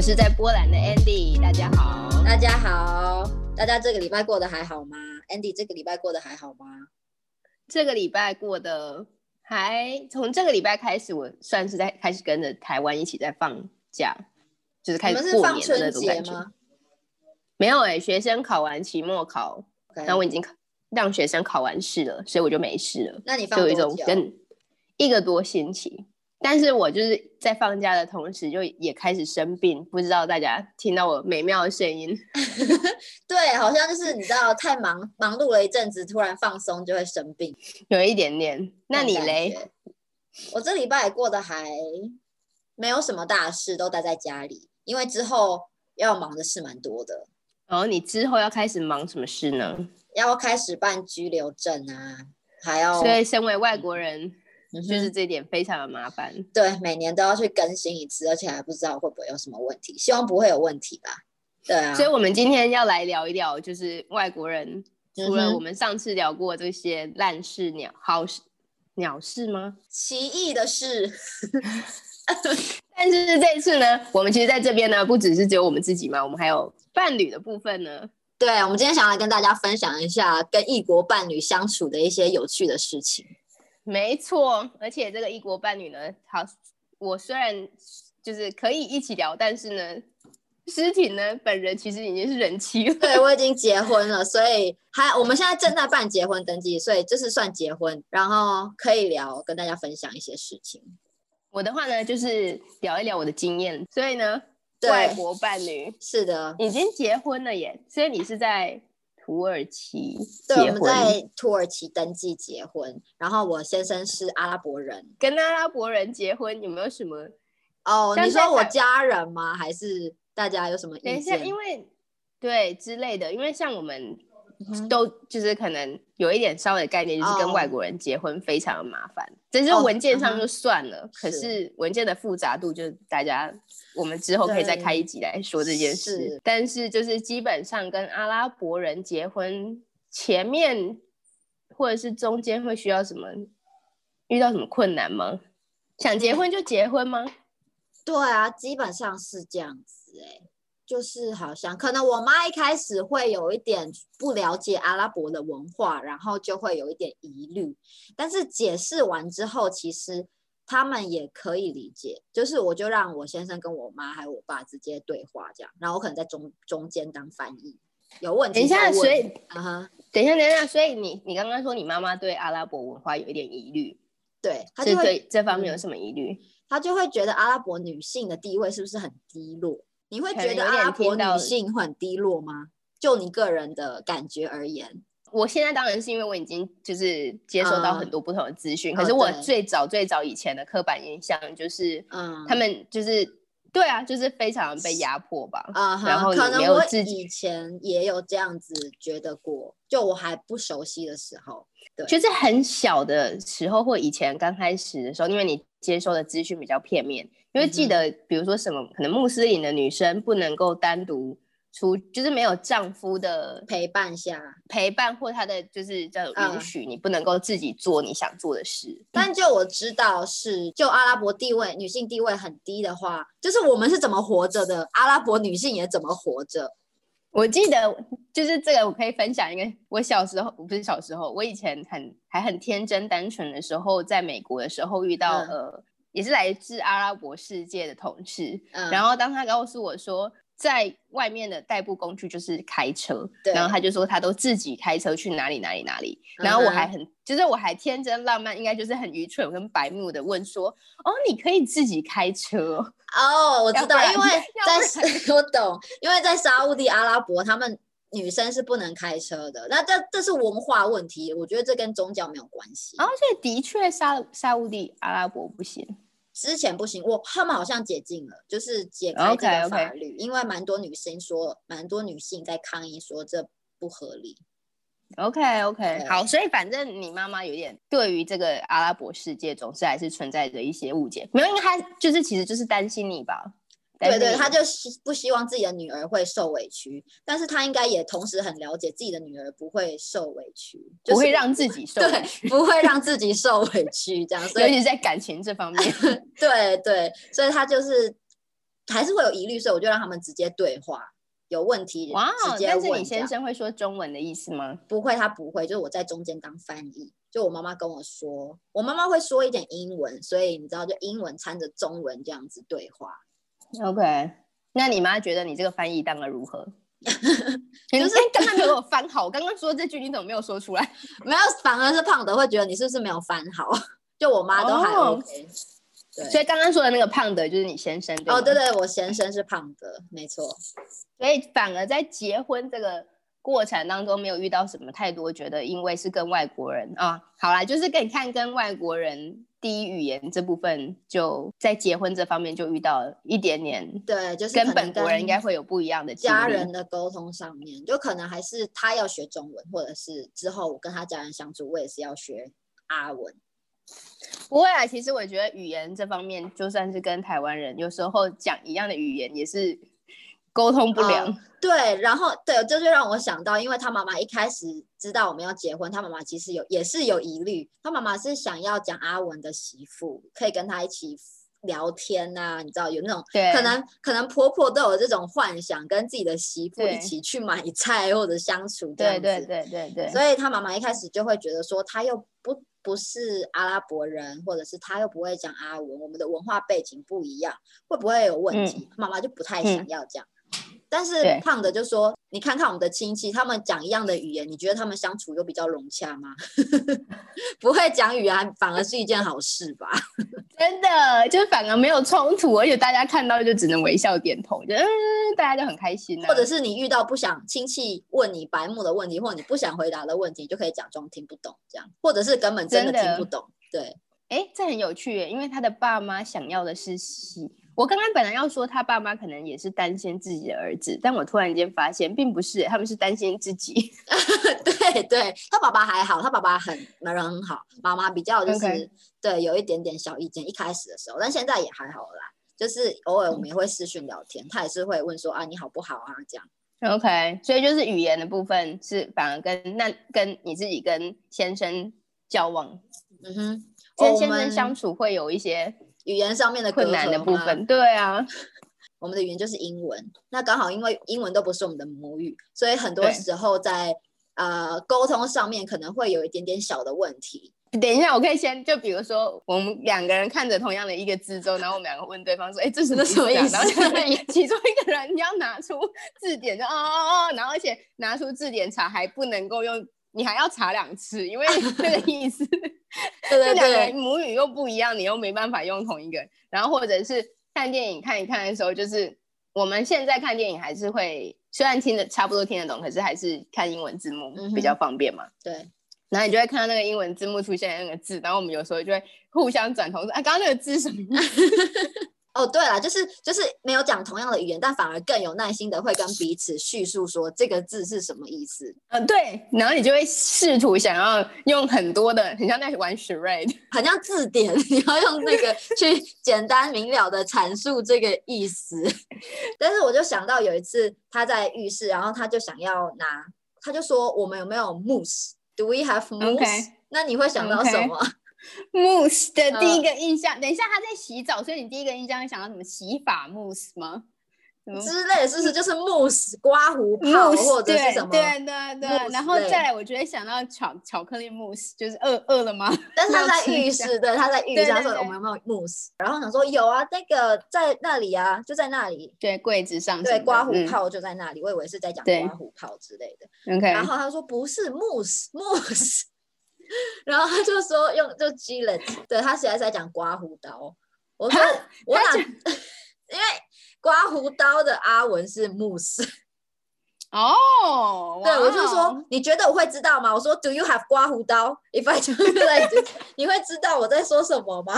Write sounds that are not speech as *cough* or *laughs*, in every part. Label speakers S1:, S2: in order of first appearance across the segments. S1: 是在波兰的 Andy，大家好。
S2: 大家好，大家这个礼拜过得还好吗？Andy，这个礼拜过得还好吗？
S1: 这个礼拜过得还，从这个礼拜开始，我算是在开始跟着台湾一起在放假，就是开
S2: 你
S1: 始
S2: 们是
S1: 过
S2: 放
S1: 年的那
S2: 春
S1: 种
S2: 节
S1: 感觉。
S2: 吗？
S1: 没有哎、学生考完期末考，
S2: 嗯
S1: 然后我已经考让学生考完试了，所以我就没事了。
S2: 那你放
S1: 就有一
S2: 多
S1: 种
S2: 久
S1: 跟一个多星期。但是我就是在放假的同时，就也开始生病，不知道大家听到我美妙的声音，
S2: 对，好像就是你知道太忙忙碌了一阵子，突然放松就会生病。
S1: 有一点点。 *laughs* 那
S2: 种
S1: 你
S2: 感
S1: 嘞？
S2: 觉？我这礼拜也过得还没有什么大事，都待在家里，因为之后要忙的事蛮多的，
S1: 然后你之后要开始忙什么事呢？
S2: 要开始办居留证啊，还要
S1: 所以，身为外国人，
S2: 嗯哼
S1: 就是这点非常的麻烦。
S2: 对，每年都要去更新一次，而且还不知道会不会有什么问题，希望不会有问题吧。对啊，
S1: 所以，我们今天要来聊一聊，就是外国人除
S2: 嗯
S1: 了
S2: 哼
S1: 我们上次聊过这些烂事、鸟好事、鸟事吗？
S2: 奇异的是，
S1: 但是这一次呢，我们其实在这边呢，不只是只有我们自己嘛，我们还有伴侣的部分呢。
S2: 对我们今天想来跟大家分享一下跟异国伴侣相处的一些有趣的事情。
S1: 没错，而且这个异国伴侣呢，好，我虽然就是可以一起聊，但是呢，尸体呢本人其实已经是人妻了。
S2: 对，我已经结婚了，所以还我们现在正在办结婚登记，所以就是算结婚，然后可以聊，跟大家分享一些事情。
S1: 我的话呢，就是聊一聊我的经验。所以呢，
S2: 对
S1: 外国伴侣
S2: 是的，
S1: 已经结婚了耶，所以你是在土耳其
S2: 对，我
S1: 结
S2: 们
S1: 婚，
S2: 在土耳其登记结婚，然后我先生是阿拉伯人。
S1: 跟阿拉伯人结婚有没有什么？
S2: 哦，
S1: 但
S2: 你
S1: 是在
S2: 说我
S1: 台
S2: 家人吗？还是大家有什么
S1: 等
S2: 意
S1: 一下，
S2: 见
S1: 啊因？为对之类的，因为像我们
S2: 嗯哼
S1: 都就是可能有一点稍微的概念，就是跟
S2: 哦
S1: 外国人结婚非常的麻烦，只是
S2: 哦
S1: 文件上
S2: 嗯哼
S1: 就算了，可
S2: 是
S1: 是文件的复杂度，就是大家我们之后可以再
S2: 对
S1: 开一集来说这件事
S2: 是。
S1: 但是就是基本上跟阿拉伯人结婚前面或者是中间会需要什么遇到什么困难吗？想结婚就结
S2: *laughs*
S1: 婚吗？
S2: 对啊，基本上是这样子哎、就是好像可能我妈一开始会有一点不了解阿拉伯的文化，然后就会有一点疑虑，但是解释完之后，其实他们也可以理解。就是我就让我先生跟我妈还有我爸直接对话这样，然后我可能在中中间当翻译，有问
S1: 等一
S2: 题
S1: 下，
S2: 再
S1: 所
S2: 问。
S1: 以
S2: 嗯哼，
S1: 等一下，等一下，所以你你刚刚说你妈妈对阿拉伯文化有一点疑虑，
S2: 对，他
S1: 是
S2: 就会嗯
S1: 对这方面有什么疑虑？
S2: 他就会觉得阿拉伯女性的地位是不是很低落？你会
S1: 可
S2: 觉
S1: 能
S2: 得
S1: 有
S2: 阿
S1: 点
S2: 拉伯
S1: 听到
S2: 女性会很低落吗？就你个人的感觉而言，
S1: 我现在当然是因为我已经就是接受到很多不同的资讯，
S2: 嗯
S1: 可是
S2: 哦
S1: 我
S2: 对
S1: 最早最早以前的刻板印象就是
S2: 嗯，
S1: 他们就是对啊，就是非常被压迫吧。
S2: 啊哈，
S1: 然后
S2: 可
S1: 你
S2: 能
S1: 没有
S2: 我
S1: 自己
S2: 以前也有这样子觉得过，就我还不熟悉的时候，对
S1: 就是很小的时候或以前刚开始的时候，因为你接收的资讯比较片面，因为
S2: 嗯
S1: 记
S2: 哼
S1: 得比如说什么，可能穆斯林的女生不能够单独出，就是没有丈夫的
S2: 陪伴下。
S1: 陪伴或他的就是叫做允
S2: 嗯
S1: 许，你不能够自己做你想做的事。
S2: 但就我知道是，就阿拉伯地位女性地位很低的话，就是我们是怎么活着的，阿拉伯女性也怎么活着。
S1: 我记得就是这个，我可以分享一个，我小时候不是小时候，我以前很还很天真单纯的时候，在美国的时候遇到、
S2: 嗯
S1: 呃，也是来自阿拉伯世界的同事，
S2: 嗯，
S1: 然
S2: 后
S1: 后当他告诉我说，在外面的代步工具就是开车，
S2: 对
S1: 然后他就说他都自己开车去哪里哪里哪里，然后我还
S2: 嗯
S1: 很、就是我还天真浪漫，应该就是很愚蠢跟白目的问说，哦，你可以自己开车哦，
S2: 哦，我知
S1: 要不
S2: 道，
S1: 然
S2: 因为
S1: 要不
S2: 在 *laughs* 我懂，因为在沙乌地阿拉伯，他们女生是不能开车的。那这这是文化问题，我觉得这跟宗教没有关系。
S1: 然后所以的确沙沙乌地阿拉伯不行，
S2: 之前不行，我他们好像解禁了，就是解开这
S1: OK，OK
S2: 个法律因为蛮多女生说，蛮多女性在抗议说这不合理。
S1: OK OK，
S2: 对
S1: 好，所以反正你妈妈有点对于这个阿拉伯世界总是还是存在着一些误解，没有，因为她就是其实就是担心你吧，担
S2: 对
S1: 心
S2: 对，
S1: 你
S2: 他就希不希望自己的女儿会受委屈，但是他应该也同时很了解自己的女儿不会受委屈，就
S1: 不会
S2: 是
S1: 让自己受委
S2: 对，
S1: 屈
S2: 不会让自己受
S1: *laughs*
S2: 委屈这样，所
S1: 尤
S2: 以
S1: 其是在感情这方面。
S2: 对对，所以他就是还是会有疑虑，所以我就让他们直接对话，有问题
S1: *laughs* 哇哦
S2: 直，接
S1: 但是
S2: 问
S1: 你
S2: 这
S1: 先
S2: 样
S1: 生会说中文的意思吗？
S2: 不会，他不会，就是我在中间当翻译。就我妈妈跟我说，我妈妈会说一点英文，所以你知道，就英文掺着中文这样子对话。
S1: OK，那你妈觉得你这个翻译当的如 *laughs* 何？你
S2: 就是
S1: 哎刚刚没有给我翻好，我刚刚说这句你怎么没有说出来？
S2: 没有，反而是胖的会觉得你是不是没有翻好？ *laughs* 就我妈都还
S1: 哦
S2: OK。
S1: 所
S2: 对，
S1: 以刚刚说的那个胖的就是你先生对吗
S2: 哦，对对，我先生是胖的，没错。
S1: 所以反而在结婚这个过程当中，没有遇到什么太多觉得因为是跟外国人啊，好啦，就是跟你看跟外国人第一语言这部分，就在结婚这方面就遇到了一点点，
S2: 对，就是
S1: 跟
S2: 可能
S1: 本国人应该
S2: 跟
S1: 会有不一样的经历
S2: 家人的沟通上面，就可能还是他要学中文，或者是之后我跟他家人相处，我也是要学阿文。
S1: 不会啊，其实我觉得语言这方面，就算是跟台湾人，有时候讲一样的语言也是沟通不良。
S2: 嗯对，然后对，这就让我想到，因为他妈妈一开始知道我们要结婚，他妈妈其实有也是有疑虑，他妈妈是想要讲阿文的媳妇，可以跟他一起聊天呐、你知道有那种
S1: 对，
S2: 可能可能婆婆都有这种幻想，跟自己的媳妇
S1: 对
S2: 一起去买菜或者相处这样
S1: 对
S2: 子。
S1: 对对对对，
S2: 所以他妈妈一开始就会觉得说，他又不不是阿拉伯人，或者是他又不会讲阿文，我们的文化背景不一样，会不会有问题？妈妈就不太想要讲。但是
S1: 嗯对
S2: 胖的就说：“你看看我们的亲戚，他们讲一样的语言，你觉得他们相处有比较融洽吗？ *laughs* 不会讲语言反而是一件好事吧？
S1: 真的就反而没有冲突，而且大家看到就只能微笑点头，就嗯，大家就很开心、啊。
S2: 或者是你遇到不想亲戚问你白目的问题，或你不想回答的问题，你就可以假装听不懂这样，或者是根本真的
S1: 真的
S2: 听不懂。对，
S1: 哎，这很有趣耶，因为他的爸妈想要的是喜。我刚刚本来要说他爸妈可能也是担心自己的儿子，但我突然间发现并不是，他们是担心自己。 *laughs*
S2: *laughs* 对对，他爸爸还好，他爸爸很人很好，妈妈比较就是
S1: OK
S2: 对有一点点小意见，一开始的时候，但现在也还好啦。就是偶尔我们也会视讯聊天，他也是会问说啊你好不好啊这样。
S1: OK，所以就是语言的部分是反而跟那跟你自己跟先生交往，
S2: 嗯哼，
S1: 跟
S2: 我
S1: 先
S2: 们
S1: 生相处会有一些
S2: 语言上面的
S1: 哦困
S2: 隔
S1: 难的
S2: 阂
S1: 部
S2: 嘛
S1: 分。对啊，
S2: 我们的语言就是英文。那刚好因为英文都不是我们的母语，所以很多
S1: 对
S2: 时候在呃沟通上面可能会有一点点小的问题。
S1: *laughs* 等一下，我可以先就比如说，我们两个人看着同样的一个字之后，然后我们两个问对方说：“哎、这是
S2: 这什么意
S1: 啊
S2: 思
S1: 然后就是其中一个人你要拿出字典，就哦哦哦，然后而且拿出字典查还不能够用，你还要查两次，因为这个意思，
S2: 对
S1: 这
S2: 对
S1: 两个人
S2: 对，
S1: 母语又不一样，你又没办法用同一个人。然后或者是看电影看一看的时候，就是我们现在看电影还是会，虽然听得差不多听得懂，可是还是看英文字幕
S2: 嗯哼
S1: 比较方便嘛。
S2: 对，
S1: 然后你就会看到那个英文字幕出现那个字，然后我们有时候就会互相转头说：“啊，刚刚那个字是什么意思
S2: 哦对了，就是就是没有讲同样的语言，但反而更有耐心的会跟彼此叙述说这个字是什么意思。？”
S1: 嗯，对。然后你就会试图想要用很多的，很像在玩 charade。 *laughs*
S2: 很像字典， *laughs* 你要用那个去简单明了的阐述这个意思。 *laughs* 但是我就想到有一次他在浴室，然后他就想要拿，他就说我们有没有 mousse？Do we have mousse？、
S1: OK
S2: 那你会想到什么
S1: mousse 的
S2: 嗯
S1: 第一个印象，等一下他在洗澡，所以你第一个印象会想到什么洗发 mousse 吗？什么
S2: 之类的？是不是就是 mousse 刮胡泡
S1: mousse
S2: 或者
S1: 对
S2: 是什么？
S1: 对对对，
S2: mousse
S1: 然后
S2: 类
S1: 再来，我就会想到巧巧克力 mousse，就是饿饿了吗？
S2: 但是他在
S1: 没有
S2: 浴
S1: 吃
S2: 室，对，他在浴
S1: 对
S2: 室，他
S1: 对
S2: 说
S1: 对
S2: 我们有没有 mousse？然后想说有啊，那个在那里啊，就在那里。
S1: 对，柜子上什
S2: 对，
S1: 么的
S2: 刮胡
S1: 嗯
S2: 泡就在那里，我以为是在讲
S1: 对
S2: 刮胡泡之类的。
S1: OK，
S2: 然后他说不是 mousse mousse，然后他就说用就 gilet，对他实在是在讲刮胡刀。我说我
S1: 他
S2: 哪，
S1: 讲
S2: *laughs* 因为刮胡刀的阿文是 mousse，
S1: 哦，
S2: 对我就
S1: 哇哦
S2: 说你觉得我会知道吗？我说 Do you have 刮胡刀？If I do *laughs* like this，你会知道我在说什么吗？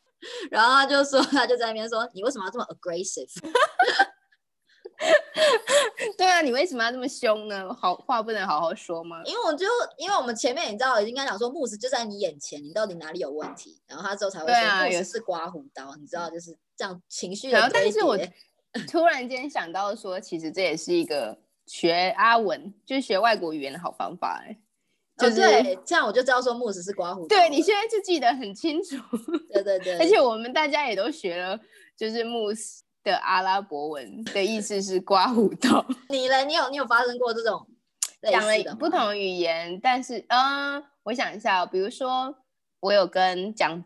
S2: *laughs* 然后他就说，他就在那边说，你为什么要这么 aggressive？
S1: 对啊，你为什么要这么凶呢？好话不能好好说吗？
S2: 因为我就因为我们前面你知道已经跟他讲说牧师就在你眼前，你到底哪里有问题？然后他之后才会
S1: 对啊
S2: 说牧
S1: 有
S2: 师是刮胡刀，你知道就是这样情绪
S1: 然
S2: 的
S1: 后但
S2: 堆
S1: 是我
S2: 叠。
S1: 突然间想到说，其实这也是一个学阿文，就是学外国语言的好方法、欸。
S2: 哦
S1: 就是、
S2: 对，这样我就知道说牧师是刮胡刀了。
S1: 对你现在就记得很清楚，
S2: 对对对，
S1: *laughs* 而且我们大家也都学了，就是 mousse 的阿拉伯文的意思是刮胡刀，
S2: 你嘞，你有你有发生过这种类
S1: 讲
S2: 似的
S1: 了
S2: 吗
S1: 不同语言，但是嗯，我想一下哦、比如说我有跟讲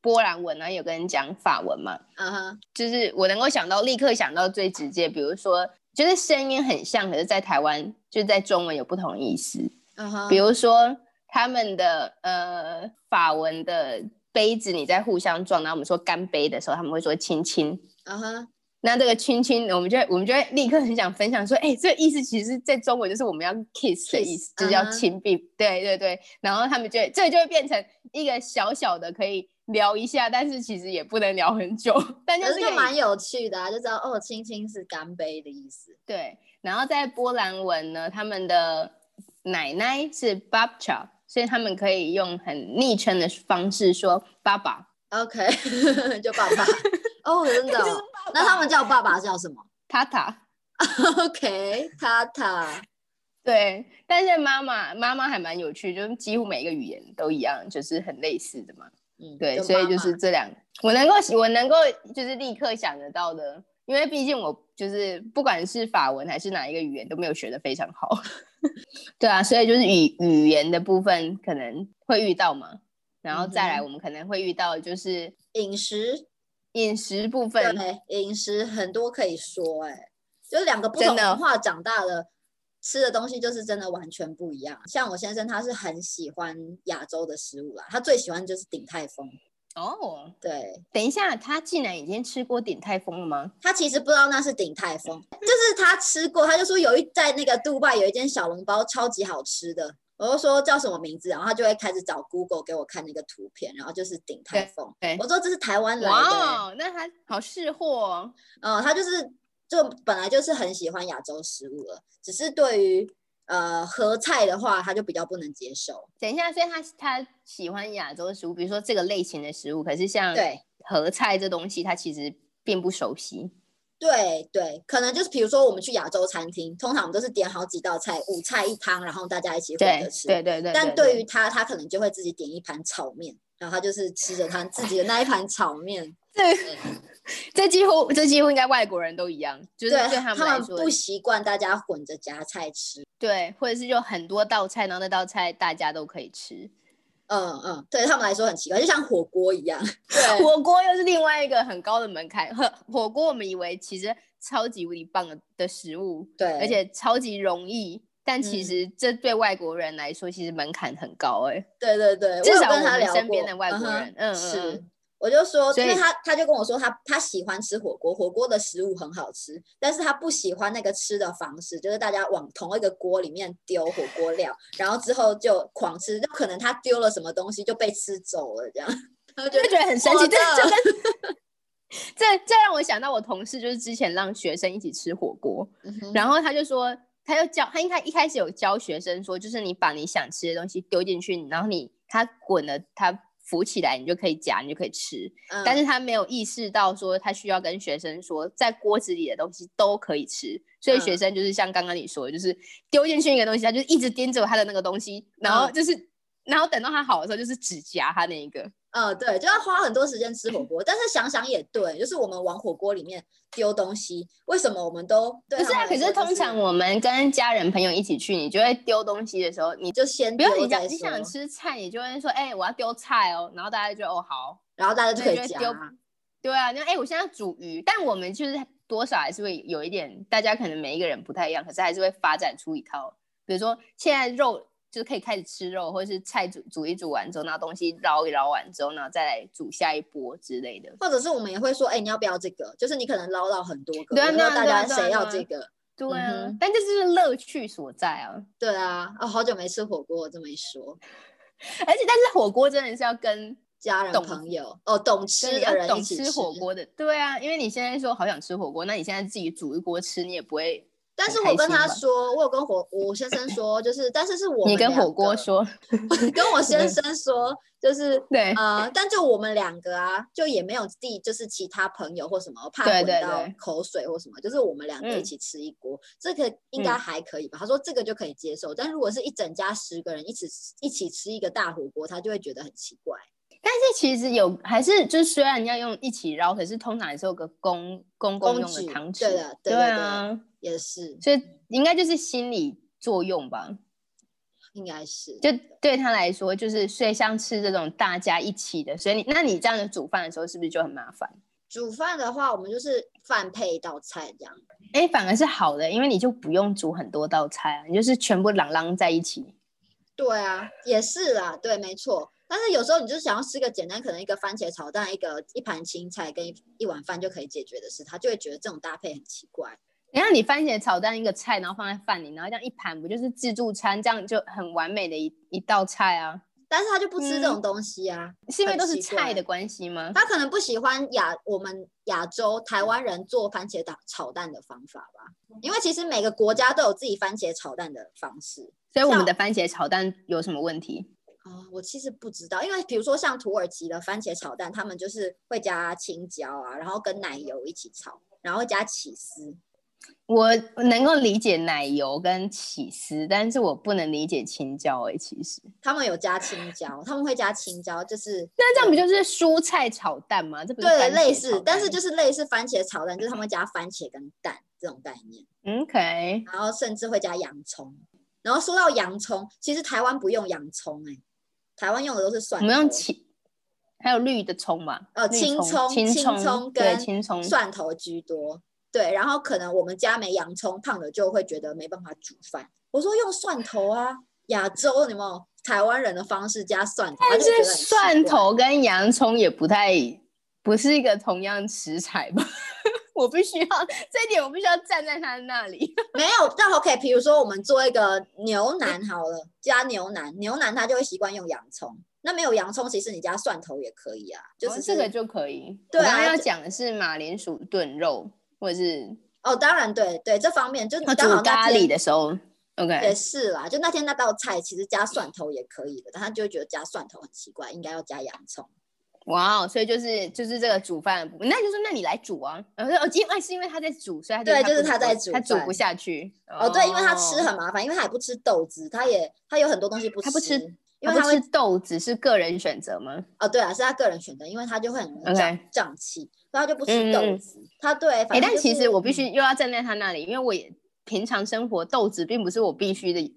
S1: 波兰文，然后有跟讲法文嘛，
S2: 嗯哼，
S1: 就是我能够想到立刻想到最直接，比如说就是声音很像，可是在台湾就是在中文有不同意思，
S2: 嗯哼，
S1: 比如说他们的呃法文的杯子，你在互相撞，然后我们说干杯的时候，他们会说亲亲。
S2: 嗯哼，
S1: 那这个亲亲，我们就会我们就会立刻很想分享说，哎、这个意思其实，在中文就是我们要 kiss 的意思
S2: Kiss，
S1: 就是要
S2: 嗯哼
S1: 亲并对对对。然后他们就会这就会变成一个小小的可以聊一下，但是其实也不能聊很久，但就
S2: 可
S1: 是
S2: 是
S1: 可
S2: 就
S1: 以
S2: 蛮有趣的啊，就知道哦，亲亲是干杯的意思。
S1: 对。然后在波兰文呢，他们的奶奶是 babcha，所以他们可以用很昵称的方式说爸爸，
S2: OK，就爸 *laughs* 爸。哦，真的哦、
S1: 就是
S2: 那他们叫爸爸叫什么
S1: 塔塔。
S2: ？OK，塔塔。
S1: 对，但是妈妈妈妈还蛮有趣，就是几乎每一个语言都一样，就是很类似的嘛。
S2: 嗯，
S1: 对，
S2: 就
S1: 所以
S2: 妈
S1: 就
S2: 妈
S1: 是这两，我能够我能够就是立刻想得到的，因为毕竟我就是不管是法文还是哪一个语言都没有学得非常好， *laughs* 对啊，所以就是语语言的部分可能会遇到嘛，然后再
S2: 嗯
S1: 来
S2: 哼
S1: 我们可能会遇到就是
S2: 饮食，
S1: 饮食部分，
S2: 对，饮食很多可以说、哎，就是两个不
S1: 真
S2: 同
S1: 的
S2: 文化长大的。吃的东西就是真的完全不一样。像我先生，他是很喜欢亚洲的食物啦，他最喜欢就是鼎泰丰。
S1: 哦，
S2: 对，
S1: 等一下，他竟然已经吃过鼎泰丰了吗？
S2: 他其实不知道那是鼎泰丰，就是他吃过，他就说有一在那个杜拜有一间小笼包超级好吃的，我就说叫什么名字，然后他就会开始找 Google 给我看那个图片，然后就是鼎泰丰
S1: 对对，
S2: 我说这是台湾来的、欸，
S1: 哇哦，那他好识货哦，
S2: 呃，他就是就本来就是很喜欢亚洲食物了，只是对于呃合菜的话，他就比较不能接受，
S1: 等一下，所以他他喜欢亚洲食物，比如说这个类型的食物，可是像
S2: 对。
S1: 合菜这东西，他其实并不熟悉。
S2: 对对，可能就是比如说我们去亚洲餐厅，通常我们都是点好几道菜，五菜一汤，然后大家一起混
S1: 对
S2: 着吃。
S1: 对对对，
S2: 但对于他，他可能就会自己点一盘炒面，然后他就是吃着他自己的那一盘炒面。
S1: 这几乎这几乎应该外国人都一样，就是
S2: 对
S1: 对他们来说，
S2: 不习惯大家混着夹菜吃。
S1: 对，或者是有很多道菜，然后那道菜大家都可以吃。
S2: 嗯嗯，对他们来说很奇怪，就像火锅一样。 *laughs* 对
S1: 火锅又是另外一个很高的门槛。呵火锅我们以为其实超级无敌棒的的食物，
S2: 对，
S1: 而且超级容易，但其
S2: 嗯
S1: 实这对外国人来说其实门槛很高哎、
S2: 对对对，
S1: 至
S2: 我有
S1: 少
S2: 跟
S1: 我
S2: 他
S1: 们
S2: 聊
S1: 身边
S2: 过
S1: 的外
S2: 嗯
S1: 国
S2: 哼
S1: 人，嗯，嗯
S2: 是
S1: 嗯，
S2: 我就说，
S1: 所
S2: 因为
S1: 以
S2: 他他就跟我说他，他喜欢吃火锅，火锅的食物很好吃，但是他不喜欢那个吃的方式，就是大家往同一个锅里面丢火锅料，然后之后就狂吃，就可能他丢了什么东西就被吃走了这样。他就觉
S1: 就
S2: 得
S1: 觉得很 *laughs* 神奇。
S2: 我
S1: 这
S2: 的
S1: 这跟这这让我想到我同事，就是之前让学生一起吃火锅，
S2: 嗯哼，
S1: 然后他就说，他就教他应该一开始有教学生说，就是你把你想吃的东西丢进去，然后你它滚了，它浮起来，你就可以夹，你就可以吃。
S2: 嗯
S1: 但是他没有意识到说，他需要跟学生说，在锅子里的东西都可以吃。所以学
S2: 嗯
S1: 生就是像刚刚你说的，就是丢进去一个东西，他就一直盯着他的那个东西，然后
S2: 嗯
S1: 就是，然后等到他好的时候，就是只夹他那一个。
S2: 呃，对，就要花很多时间吃火锅，但是想想也对，就是我们往火锅里面丢东西，为什么我们都对
S1: 不是
S2: 他
S1: 啊，
S2: 们
S1: 可
S2: 来
S1: 是
S2: 说就
S1: 通常我们跟家人朋友一起去，你就会丢东西的时候，
S2: 你
S1: 你
S2: 就先
S1: 比如
S2: 丢
S1: 你想
S2: 再
S1: 你想
S2: 说
S1: 吃菜，你就会说，哎、我要丢菜哦，然后大家就哦好，
S2: 然后大家就
S1: 那
S2: 可
S1: 你
S2: 以
S1: 就会
S2: 夹
S1: 丢
S2: 啊。
S1: 对啊，那哎、我现在要煮鱼，但我们就是多少还是会有一点，大家可能每一个人不太一样，可是还是会发展出一套，比如说现在肉就是可以开始吃肉，或是菜煮煮一煮完之后，然后东西捞一捞完之后，然后再来煮下一波之类的。
S2: 或者是我们也会说，哎、你要不要这个？就是你可能捞到很多个，
S1: 对啊
S2: 然后
S1: 对啊
S2: 大
S1: 对啊
S2: 家
S1: 对啊
S2: 谁要
S1: 对
S2: 这
S1: 啊
S2: 个？
S1: 对啊，
S2: 嗯哼
S1: 但这就是乐趣所在啊。
S2: 对啊，哦，好久没吃火锅，我这么一说，
S1: 而且，但是火锅真的是要跟
S2: 家人
S1: 懂
S2: 朋友哦，懂吃
S1: 你
S2: 的
S1: 要
S2: 人
S1: 懂
S2: 一起
S1: 吃火，锅的，对啊，因为你现在说好想吃火锅，那你现在自己煮一锅吃，你也不会，
S2: 但
S1: 很
S2: 是
S1: 开
S2: 我跟
S1: 心
S2: 他
S1: 吧
S2: 说，我有跟火我先生说，就是，但是是我
S1: 你
S2: 们
S1: 跟火
S2: 两
S1: 锅
S2: 个
S1: 说，
S2: 跟我先生说，就是
S1: 对
S2: 呃，但就我们两个啊，就也没有地，就是其他朋友或什么怕
S1: 对
S2: 闻
S1: 对
S2: 到
S1: 对
S2: 口水或什么，就是我们两个一
S1: 嗯
S2: 起吃一锅，这个应该
S1: 嗯
S2: 还可以吧？他说这个就可以接受，但如果是一整家十个人一起吃一起吃一个大火锅，他就会觉得很奇怪。
S1: 但是其实有还是就是虽然要用一起捞，可是通常也是有个公公共
S2: 工
S1: 用的
S2: 具
S1: 汤匙，
S2: 对的，对的，对的
S1: 啊，
S2: 也是，
S1: 所以应该就是心理作用吧。
S2: 应该是，
S1: 就对他来说，就是所以像吃这种大家一起的，所以你那你这样的煮饭的时候，是不是就很麻烦？
S2: 煮饭的话，我们就是饭配一道菜这样。
S1: 哎，反而是好的，因为你就不用煮很多道菜啊，你就是全部朗朗在一起。
S2: 对啊，也是啦，对，没错。但是有时候你就是想要吃个简单，可能一个番茄炒蛋，一个一盘青菜跟一一碗饭就可以解决的事，他就会觉得这种搭配很奇怪。
S1: 你看你番茄炒蛋一个菜，然后放在饭里，然后这样一盘，不就是自助餐？这样就很完美的一一道菜啊。
S2: 但是他就不吃这
S1: 嗯
S2: 种东西啊，
S1: 是因为
S2: 很
S1: 都是
S2: 奇怪
S1: 菜的关系吗？
S2: 他可能不喜欢亚我们亚洲台湾人做番茄炒炒蛋的方法吧，
S1: 嗯
S2: 因为其实每个国家都有自己番茄炒蛋的方式。
S1: 所以我们
S2: 像
S1: 的番茄炒蛋有什么问题？
S2: 啊、我其实不知道，因为比如说像土耳其的番茄炒蛋，他们就是会加青椒啊，然后跟奶油一起炒，然后加起司。
S1: 我能够理解奶油跟起司，但是我不能理解青椒哎、欸，其实
S2: 他们有加青椒，他们会加青椒，就是
S1: 那这样不就是蔬菜炒蛋吗？这不是
S2: 对
S1: 番茄
S2: 类
S1: 炒
S2: 似
S1: 蛋，
S2: 但是就是类似番茄炒蛋，就是他们会加番茄跟蛋这种概念，
S1: 嗯 OK，
S2: 然后甚至会加洋葱。然后说到洋葱，其实台湾不用洋葱哎、台湾用的都是蒜
S1: 我
S2: 头，
S1: 们用起还有绿的葱嘛，
S2: 呃
S1: 绿
S2: 青
S1: 葱、
S2: 葱
S1: 青
S2: 青葱
S1: 对
S2: 跟
S1: 青葱，
S2: 蒜头居多。对，然后可能我们家没洋葱，胖的就会觉得没办法煮饭。我说用蒜头啊，亚洲你们有台湾人的方式加蒜头，他
S1: 但
S2: 就觉得
S1: 是
S2: 很奇
S1: 蒜
S2: 怪
S1: 头跟洋葱也不太不是一个同样食材吧？ *laughs* 我必须要这一点，我必须要站在他那里。
S2: 没有，那 OK，比如说我们做一个牛腩好了，
S1: 嗯
S2: 加牛腩，牛腩他就会习惯用洋葱。那没有洋葱，其实你加蒜头也可以啊， *laughs* 就
S1: 哦
S2: 是
S1: 这个就可以。
S2: 对
S1: 我刚
S2: 啊
S1: 刚要
S2: 就
S1: 讲的是马铃薯炖肉，或者是
S2: 哦，当然对对，这方面就是
S1: 哦
S2: 刚好那
S1: 煮咖喱
S2: 天
S1: 的时候
S2: 也
S1: ，OK，
S2: 是啦，就那天那道菜其实加蒜头也可以的，但他就会觉得加蒜头很奇怪，应该要加洋葱。
S1: 哇哦，所以就是就是这个煮饭的部分，那就是那你来煮啊。然后说哦，因为是因为他在煮，所以他
S2: 对就是
S1: 不
S2: 他
S1: 能
S2: 在
S1: 够
S2: 煮
S1: 他煮不
S2: 饭
S1: 下去。
S2: 哦，对，因为他吃很麻烦，因为他也不吃豆子，他也他有很多东西不
S1: 他不吃
S2: 因
S1: 他
S2: 为
S1: 不
S2: 他会
S1: 吃豆子是个人选择吗？
S2: 哦，对啊，是他个人选择，因为他就会很容易
S1: OK
S2: 胀胀气，所以他就不
S1: 嗯嗯
S2: 吃
S1: 嗯
S2: 豆子。他对，
S1: 哎、
S2: 反正
S1: 但
S2: 就是
S1: 其实我必
S2: 嗯
S1: 须又要站在他那里，因为我也平常生活豆子并不是我必须的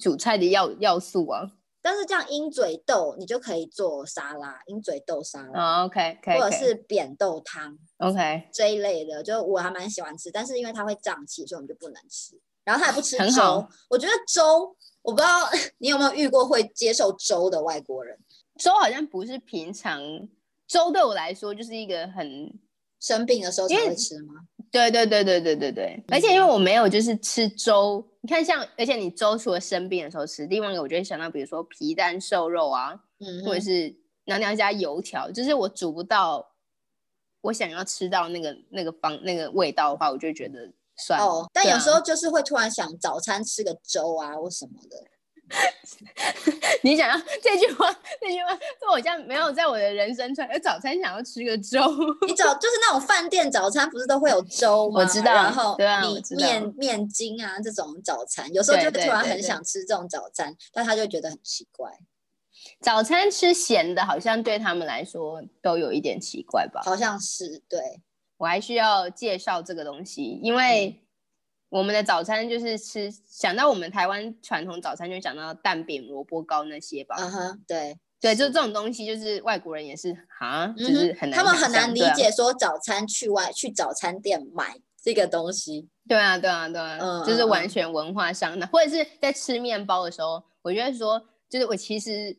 S1: 煮菜的要要素啊。
S2: 但是这样鹰嘴豆你就可以做沙拉，鹰嘴豆沙拉，
S1: 哦，OK，可以，
S2: 或者是扁豆汤
S1: OK，
S2: 这一类的，就我还蛮喜欢吃，但是因为它会胀气，所以我们就不能吃。然后他也不吃
S1: 很
S2: 粥
S1: 好，
S2: 我觉得粥，我不知道 *laughs* 你有没有遇过会接受粥的外国人，
S1: 粥好像不是平常粥对我来说就是一个很
S2: 生病的时候才
S1: 因为
S2: 会吃吗？
S1: 对对对对对对对，而且因为我没有就是吃粥，你看像，而且你粥除了生病的时候吃，另外一个我就会想到，比如说皮蛋瘦肉啊，
S2: 嗯
S1: 或
S2: 哼，
S1: 者是然后你要加油条，就是我煮不到我想要吃到那个那个方那个味道的话，我就觉得算了。
S2: 哦，但
S1: 对
S2: 有
S1: 啊
S2: 时候就是会突然想早餐吃个粥啊或什么的，
S1: *laughs* 你想要这句话，这句话这我像没有在我的人生中，呃早餐想要吃个粥， *laughs*
S2: 你早 *laughs* 就是那种饭店早餐不是都会有粥吗？
S1: 我知道
S2: 然后
S1: 对啊我
S2: 米
S1: 知道
S2: 面面筋啊这种早餐，有时候
S1: 对
S2: 就突
S1: 对
S2: 然
S1: 对
S2: 很
S1: 对
S2: 想吃这种早餐，但他就觉得很奇怪，
S1: 早餐吃咸的，好像对他们来说都有一点奇怪吧。
S2: 好像是对，
S1: 我还需要介绍这个东西，
S2: 嗯
S1: 因为我们的早餐就是吃，想到我们台湾传统早餐就想到蛋饼、萝卜糕那些吧。
S2: 嗯哼，对，
S1: 对，就这种东西，就是外国人也是哈，
S2: 嗯
S1: 就是
S2: 哼
S1: 很难想象，
S2: 他们很难理
S1: 对啊
S2: 解说早餐去外去早餐店买这个东西，
S1: 对啊，对啊，对啊，
S2: 嗯
S1: 就是
S2: 嗯
S1: 完
S2: 嗯
S1: 全文化上的，或者是在吃面包的时候，我就会说，就是我其实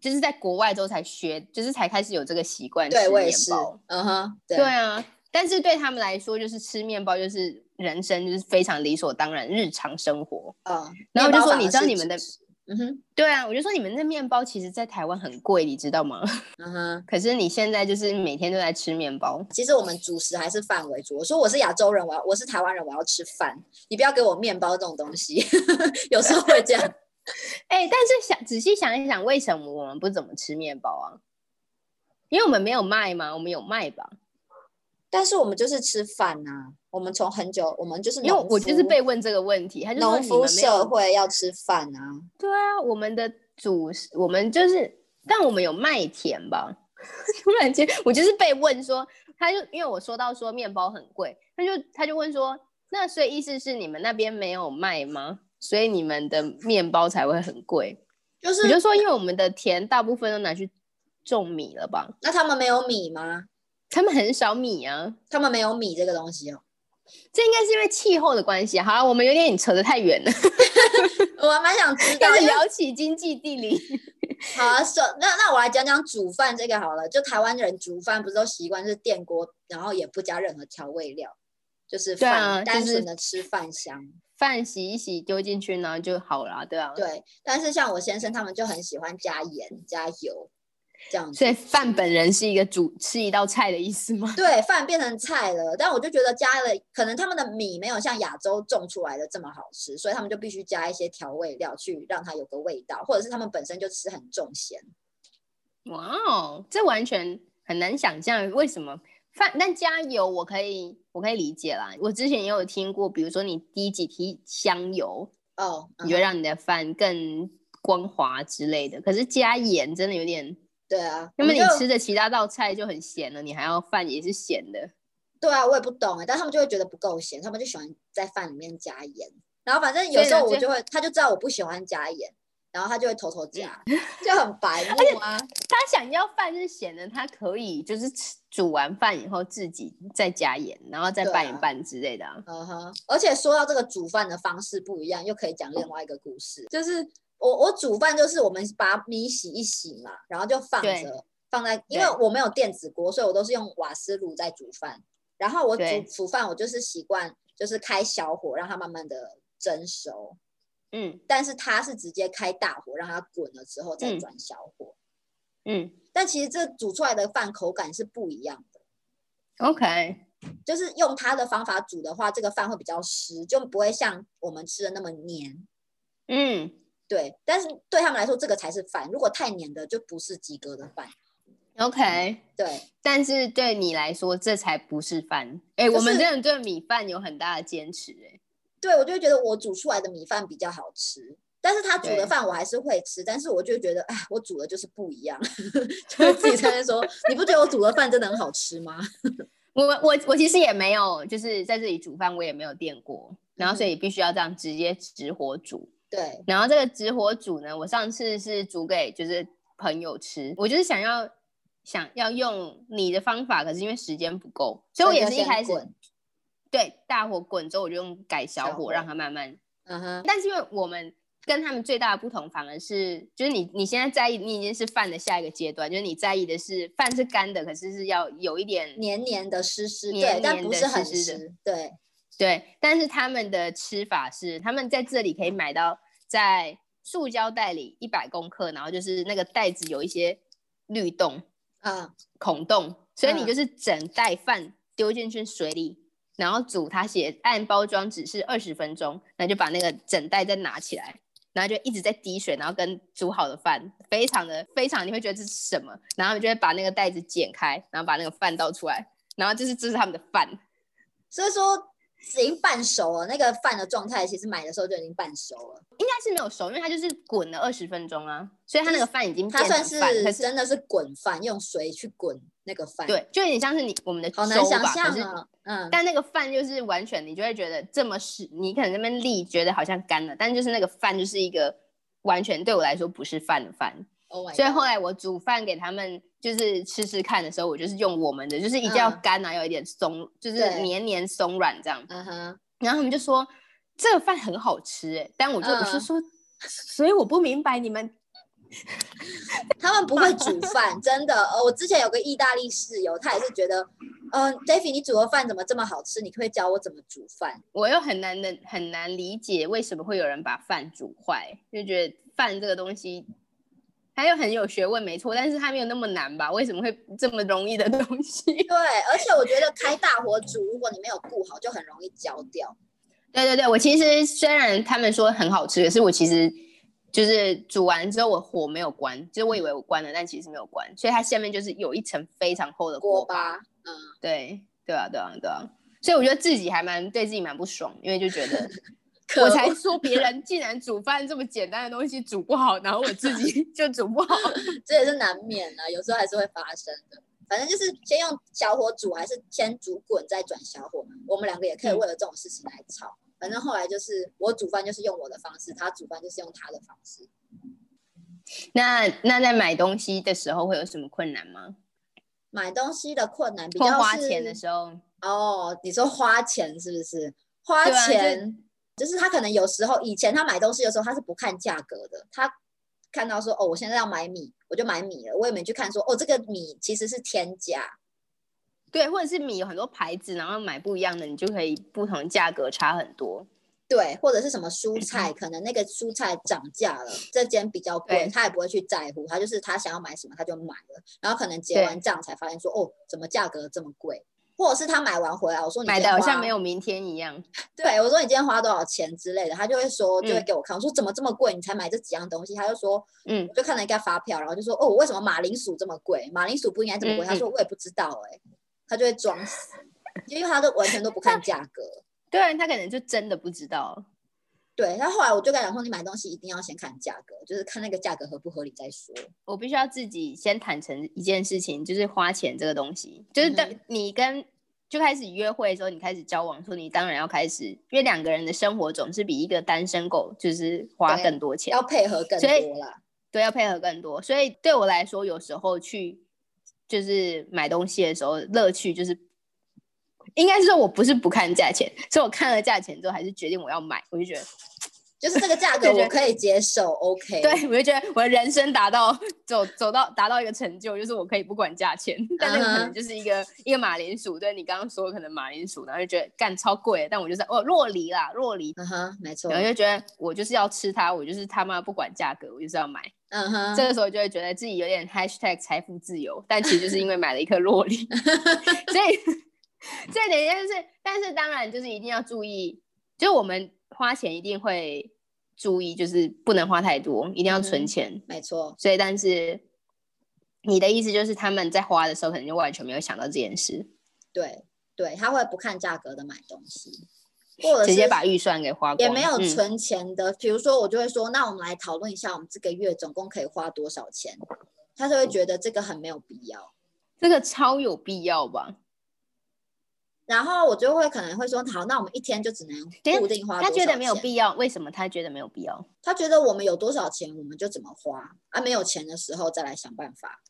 S1: 就是在国外之后才学，就是才开始有这个习惯吃
S2: 对我也
S1: 面
S2: 是
S1: 包。，
S2: 嗯哼，对
S1: 对啊，但是对他们来说，就是吃面包就是人生就是非常理所当然，日常生活。
S2: 嗯，
S1: 然后我就
S2: 面包
S1: 说
S2: 反
S1: 你
S2: 而
S1: 知道
S2: 是
S1: 你们的
S2: 主食，嗯哼，
S1: 对啊，我就说你们那面包其实在台湾很贵，你知道吗？ *laughs*
S2: 嗯哼。
S1: 可是你现在就是每天都在吃面包，
S2: 其实我们主食还是饭为主。我说我是亚洲人，我要我是台湾人，我要吃饭，你不要给我面包这种东西。 *laughs* 有时候会这样， *laughs*
S1: 哎、但是想仔细想一想，为什么我们不怎么吃面包啊？因为我们没有卖吗？我们有卖吧？
S2: 但是我们就是吃饭呐、啊我们从很久，我们就是
S1: 因为
S2: 农
S1: 我就是
S2: 夫
S1: 被问这个问题，他就说
S2: 农
S1: 你
S2: 夫
S1: 们没
S2: 社
S1: 有。
S2: 会要吃饭啊。
S1: 对啊，我们的主食，我们就是但我们有麦田吧？ *laughs* 突然间，我就是被问说，他就因为我说到说面包很贵，他就他就问说，那所以意思是你们那边没有卖吗？所以你们的面包才会很贵？
S2: 就
S1: 我
S2: 是
S1: 就说，因为我们的田大部分都拿去种米了吧？
S2: 那他们没有米吗？
S1: 他们很少米啊，
S2: 他们没有米这个东西哦。
S1: 这应该是因为气候的关系。啊好了，我们有点扯得太远了， *laughs*
S2: 我还蛮想知道
S1: 开，始
S2: 因为
S1: 聊起经济地理。
S2: 好啊，说那那我来讲讲煮饭这个好了。就台湾人煮饭不是都习惯是电锅，然后也不加任何调味料，就是
S1: 对
S2: 饭、
S1: 啊就
S2: 单
S1: 是
S2: 纯的吃饭香。
S1: 饭洗一洗丢进去呢就好了，对啊。
S2: 对，但是像我先生他们就很喜欢加盐加油这样子
S1: 所。以饭本人是一个主吃一道菜的意思吗？
S2: 对，饭变成菜了，但我就觉得加了，可能他们的米没有像亚洲种出来的这么好吃，所以他们就必须加一些调味料去让它有个味道，或者是他们本身就吃很重咸。
S1: 哇哦，这完全很难想象为什么饭。但加油我可以，我可以理解啦。我之前也有听过，比如说你滴几滴香油，
S2: 哦，嗯
S1: 你就让你的饭更光滑之类的。可是加盐真的有点，
S2: 对啊，
S1: 那么你
S2: 我就
S1: 吃的其他道菜就很咸了，你还要饭也是咸的。
S2: 对啊，我也不懂哎，但他们就会觉得不够咸，他们就喜欢在饭里面加盐。然后反正有
S1: 对
S2: 时候
S1: 了
S2: 我
S1: 解
S2: 就会，他就知道我不喜欢加盐，然后他就会偷偷加，
S1: 嗯
S2: 就很白目啊。
S1: 他想要饭是咸的，他可以就是吃煮完饭以后自己再加盐，然后再
S2: 对
S1: 拌一
S2: 啊
S1: 拌之类的、啊。
S2: 嗯哼，而且说到这个煮饭的方式不一样，又可以讲另外一个故事，就是我我煮饭就是我们把米洗一洗嘛，然后就放
S1: 对
S2: 着放在，因为
S1: 对
S2: 我没有电子锅，所以我都是用瓦斯炉在煮饭。然后我煮
S1: 对
S2: 煮饭，我就是习惯就是开小火让它慢慢的蒸熟，
S1: 嗯
S2: 但是它是直接开大火让它滚了之后再
S1: 嗯
S2: 转小火，
S1: 嗯
S2: 但其实这煮出来的饭口感是不一样的。
S1: ，OK，
S2: 就是用它的方法煮的话，这个饭会比较湿，就不会像我们吃的那么黏。
S1: 嗯，
S2: 对，但是对他们来说，这个才是饭。如果太黏的，就不是及格的饭。
S1: OK，
S2: 对，
S1: 但是对你来说，这才不是饭。哎、
S2: 就
S1: 我们
S2: 是
S1: 真的对米饭有很大的坚持、哎，
S2: 对我就会觉得我煮出来的米饭比较好吃，但是他煮
S1: 对
S2: 的饭我还是会吃，但是我就觉得，哎，我煮的就是不一样， *laughs* 就是自己在那边说，你不觉得我煮的饭真的很好吃吗？
S1: 我我我其实也没有，就是在这里煮饭，我也没有电锅，
S2: 嗯
S1: 然后所以必须要这样直接直火煮。
S2: 对，
S1: 然后这个直火煮呢，我上次是煮给就是朋友吃，我就是想要想要用你的方法，可是因为时间不够，所以我
S2: 所以
S1: 也
S2: 就是
S1: 一
S2: 先
S1: 开始
S2: 滚
S1: 对大火滚之后，我就用改小
S2: 小
S1: 火
S2: 火
S1: 让它慢慢
S2: 嗯哼，
S1: 但是因为我们跟他们最大的不同，反而是就是你你现在在意，你已经是饭的下一个阶段，就是你在意的是饭是干的，可是是要有一点
S2: 黏黏的湿湿，
S1: 黏
S2: 对，但
S1: 黏
S2: 不
S1: 的
S2: 是很
S1: 湿湿的
S2: 湿，对，
S1: 对。但是他们的吃法是，他们在这里可以买到在塑胶袋里一百公克，然后就是那个袋子有一些律动
S2: 啊，
S1: 孔洞，所以你
S2: 嗯
S1: 就是整袋饭丢进去水里。然后煮，它写按包装指示二十分钟，那就把那个整袋再拿起来，然后就一直在滴水，然后跟煮好的饭非常的非常，你会觉得这是什么？然后你就会把那个袋子剪开，然后把那个饭倒出来，然后就是这是他们的饭，
S2: 所以说已经半熟了，那个饭的状态其实买的时候就已经半熟了，
S1: 应该是没有熟，因为它就是滚了二十分钟啊，所以它那个饭已经
S2: 它
S1: 变
S2: 算
S1: 成
S2: 是
S1: 饭，可是
S2: 真的是滚饭，用水去滚那个饭，，
S1: 对，就有点像是你我们的
S2: 好难
S1: 粥
S2: 想
S1: 吧
S2: 象
S1: 可是
S2: 啊，嗯，
S1: 但那个饭就是完全，你就会觉得这么湿，你可能那边沥觉得好像干了，但就是那个饭就是一个完全对我来说不是饭的饭。
S2: Oh my
S1: 所以后
S2: God
S1: 来我煮饭给他们就是吃吃看的时候，我就是用我们的，就是一定要
S2: 嗯
S1: 干啊，有一点松，就是
S2: 对
S1: 黏黏松软这样。
S2: 嗯哼，
S1: 然后他们就说这个饭很好吃、欸，但我就、我就
S2: 嗯
S1: 说，所以我不明白你们
S2: 他们不会煮饭，真的。呃，我之前有个意大利室友，他也是觉得，嗯、d a v i d 你煮的饭怎么这么好吃？你可不可以教我怎么煮饭？
S1: 我又很难能很难理解为什么会有人把饭煮坏，就觉得饭这个东西，它又很有学问，没错，但是它没有那么难吧？为什么会这么容易的东西？ *laughs*
S2: 对，而且我觉得开大火煮，如果你没有顾好，就很容易焦掉。
S1: 对对对，我其实虽然他们说很好吃，可是我其实就是煮完之后我火没有关，就是我以为我关了，但其实没有关，所以它下面就是有一层非常厚的
S2: 锅
S1: 锅巴。
S2: 巴，
S1: 对对啊对啊对啊，所以我觉得自己还蛮对自己蛮不爽，因为就觉得
S2: 可
S1: 我才说别人竟然煮饭这么简单的东西煮不好，然后我自己 *laughs* 就煮不好。
S2: 这也是难免啊，有时候还是会发生的。反正就是先用小火煮，还是先煮滚再转小火。我们两个也
S1: 嗯
S2: 可以为了这种事情来吵。反正后来就是我煮饭就是用我的方式，他煮饭就是用他的方式。
S1: 那那在买东西的时候会有什么困难吗？
S2: 买东西的困难比较
S1: 或
S2: 是
S1: 花钱的时候，
S2: 哦，你说花钱是不是？花
S1: 对啊就
S2: 钱、就是他可能有时候以前他买东西的时候他是不看价格的，他看到说哦，我现在要买米，我就买米了，我也没去看说哦，这个米其实是天价，
S1: 对，或者是米有很多牌子，然后买不一样的，你就可以不同价格差很多。
S2: 对，或者是什么
S1: 嗯
S2: 蔬菜，可能那个蔬菜涨价了，这间比较贵
S1: 对，
S2: 他也不会去在乎，他就是他想要买什么他就买了，然后可能结
S1: 对
S2: 完账才发现说，哦，怎么价格这么贵？或者是他买完回来，我说你
S1: 买
S2: 今
S1: 的
S2: 天
S1: 好
S2: 花
S1: 像没，有明天一样。
S2: 对我说你今天花多少钱之类的，他就会说，就会
S1: 嗯
S2: 给我看，我说怎么这么贵？你才买这几样东西？他就说，
S1: 嗯
S2: 我就看了一个发票，然后就说，哦，为什么马铃薯这么贵？马铃薯不应该这么贵？
S1: 嗯
S2: 他说我也不知道、欸，哎，他就会装死，因为他都完全都不看价格。
S1: 对，他可能就真的不知道。
S2: 对，然后后来我就跟他讲说，你买东西一定要先看价格，就是看那个价格合不合理再说。
S1: 我必须要自己先坦诚一件事情，就是花钱这个东西，就是当
S2: 嗯
S1: 你跟就开始约会的时候，你开始交往的时候，你当然要开始，因为两个人的生活总是比一个单身狗就是花
S2: 对
S1: 更多钱，
S2: 要配合更
S1: 所以
S2: 多啦。
S1: 对，要配合更多。所以对我来说，有时候去就是买东西的时候，乐趣就是，应该是说我不是不看价钱，是我看了价钱之后，还是决定我要买，我就觉得，
S2: 就是这个价格
S1: 对对
S2: 我可以接受，OK。
S1: 对，我就觉得我的人生达到走走到达到一个成就，就是我可以不管价钱，但那个可
S2: 嗯哼
S1: 能就是一个、一个马铃薯，对你刚刚说可能马铃薯，然后就觉得干超贵的，但我就是哦洛梨啦，洛梨。
S2: 嗯哼，没错
S1: 然，后就觉得我就是要吃它，我就是他妈不管价格，我就是要买。
S2: 嗯哼，
S1: 这个时候就会觉得自己有点 hashtag 财富自由，但其实就是因为买了一颗
S2: *laughs*
S1: 洛梨，所以这点就是，但是当然就是一定要注意，就我们花钱一定会注意，就是不能花太多，一定要
S2: 嗯
S1: 存钱。
S2: 没错，
S1: 所以，但是你的意思就是他们在花的时候，可能就完全没有想到这件事，
S2: 对对，他会不看价格的买东西，或者
S1: 直接
S2: 是
S1: 把预算给花光，
S2: 也没有
S1: 嗯
S2: 存钱的。比如说，我就会说，那我们来讨论一下，我们这个月总共可以花多少钱？他就会觉得这个很没有必要。
S1: 这个超有必要吧？
S2: 然后我就会可能会说，好，那我们一天就只能
S1: 等一下
S2: 固定花多
S1: 他
S2: 少
S1: 觉
S2: 钱。
S1: 得没有必要，为什么他觉得没有必要？
S2: 他觉得我们有多少钱，我们就怎么花啊，没有钱的时候再来想办法。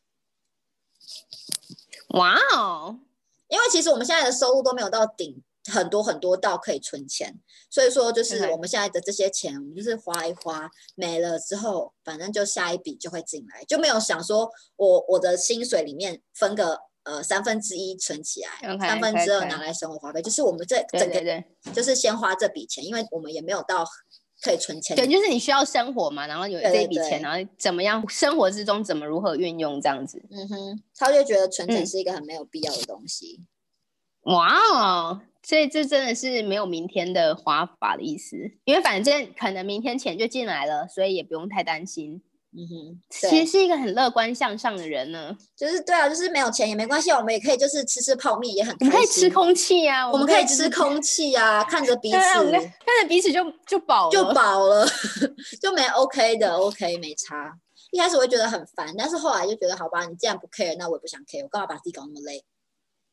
S1: 哇哦！
S2: 因为其实我们现在的收入都没有到顶，很多很多到可以存钱，所以说就是
S1: 对
S2: 我们现在的这些钱，我们就是花一花，没了之后，反正就下一笔就会进来，就没有想说我我的薪水里面分个呃三分之一存起来
S1: OK，
S2: 三分之二
S1: OK，OK
S2: 拿来生活花费，就是我们这
S1: 对
S2: 整
S1: 对
S2: 个
S1: 对，
S2: 就是先花这笔钱，因为我们也没有到可以存钱的
S1: 对，就是你需要生活嘛，然后有
S2: 对
S1: 这
S2: 对
S1: 一笔
S2: 对
S1: 钱，然后怎么样生活之中怎么如何运用这样子。
S2: 嗯哼，他就觉得存钱
S1: 嗯
S2: 是一个很没有必要的东西。
S1: 哇哦，所以这真的是没有明天的花法的意思，因为反正可能明天钱就进来了，所以也不用太担心。
S2: 嗯哼，
S1: 其
S2: 对
S1: 实，是一个很乐观向上的人呢，
S2: 就是对啊，就是没有钱也没关系啊，我们也可以就是吃吃泡面也很
S1: 我们可
S2: 开
S1: 以吃
S2: 心。
S1: 空气啊，
S2: 我们可以吃空气啊，看着彼
S1: 气，对啊，我们可以
S2: 此
S1: 看着彼此就就饱了，
S2: 就饱了， *laughs* 就没 OK 的 OK 没差。一开始我会觉得很烦，但是后来就觉得好吧，你既然不 care，那我也不想 care，我干嘛把自己搞那么累？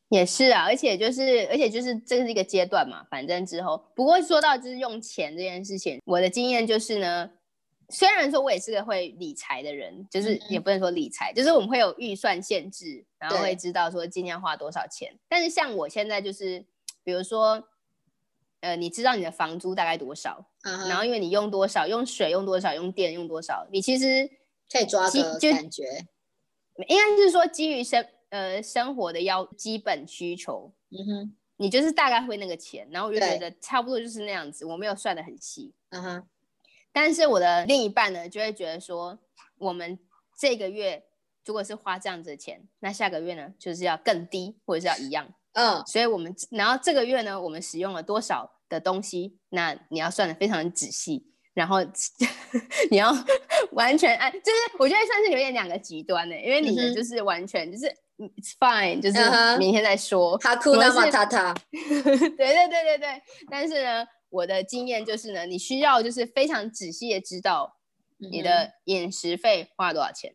S1: 也是啊，而且就是，而且就是这是一个阶段嘛，反正之后。不过说到就是用钱这件事情，我的经验就是呢，虽然说我也是个会理财的人，就是
S2: 嗯
S1: 也不能说理财，就是我们会有预算限制，然后
S2: 对
S1: 会知道说今天花多少钱。但是像我现在就是，比如说，呃，你知道你的房租大概多少，
S2: 嗯
S1: 然
S2: 哼，
S1: 后因为你用多少，用水用多少，用电用多少，你其实
S2: 可以抓
S1: 其
S2: 个
S1: 就
S2: 感觉。
S1: 应该是说基于生呃生活的要基本需求，
S2: 嗯哼，
S1: 你就是大概会那个钱，然后我就觉
S2: 对
S1: 得差不多就是那样子，我没有算的很细。
S2: 嗯哼，
S1: 但是我的另一半呢，就会觉得说，我们这个月如果是花这样子的钱，那下个月呢就是要更低或者是要一样。
S2: 嗯，
S1: 所以我们然后这个月呢，我们使用了多少的东西，那你要算的非常仔细，然后 *laughs* 你要 *laughs* 完全按，就是我觉得算是有点两个极端欸的、因为你
S2: 嗯
S1: 的
S2: 哼
S1: 就是完全就是 it's fine，就是
S2: 嗯哼
S1: 明天再说。 *laughs*
S2: 哈库纳
S1: 我
S2: 马
S1: 是
S2: 塔塔，
S1: 对对对对对，但是呢，我的经验就是呢，你需要就是非常仔细的知道
S2: 嗯
S1: 你的饮食费花多少钱。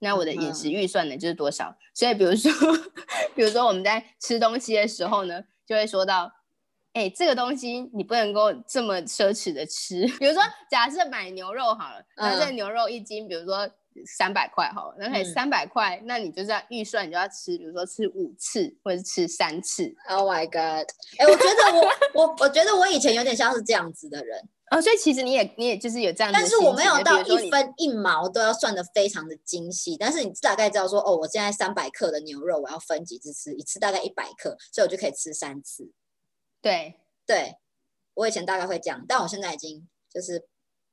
S1: 那我的饮
S2: 嗯
S1: 食预算呢，就是多少？所以比如说， *laughs* 比如说我们在吃东西的时候呢，就会说到，哎、这个东西你不能够这么奢侈的吃。 *laughs* 比如说，假设买牛肉好了，
S2: 嗯
S1: 那这牛肉一斤，比如说三百块好了，那可以
S2: 嗯
S1: 三百块，那你就是要预算，你就要吃，比如说吃五次或者是吃三次。
S2: Oh my god！哎、我觉得我 *laughs* 我我觉得我以前有点像是这样子的人，
S1: 哦，所以其实你也你也就是有这样子的
S2: 但
S1: 心
S2: 是
S1: 情，
S2: 我没有
S1: 就比
S2: 到
S1: 如说
S2: 一
S1: 你
S2: 分一毛都要算的非常的精细。但是你大概知道说，哦，我现在三百克的牛肉，我要分几次吃，一次大概一百克，所以我就可以吃三次。
S1: 对
S2: 对，我以前大概会这样，但我现在已经就是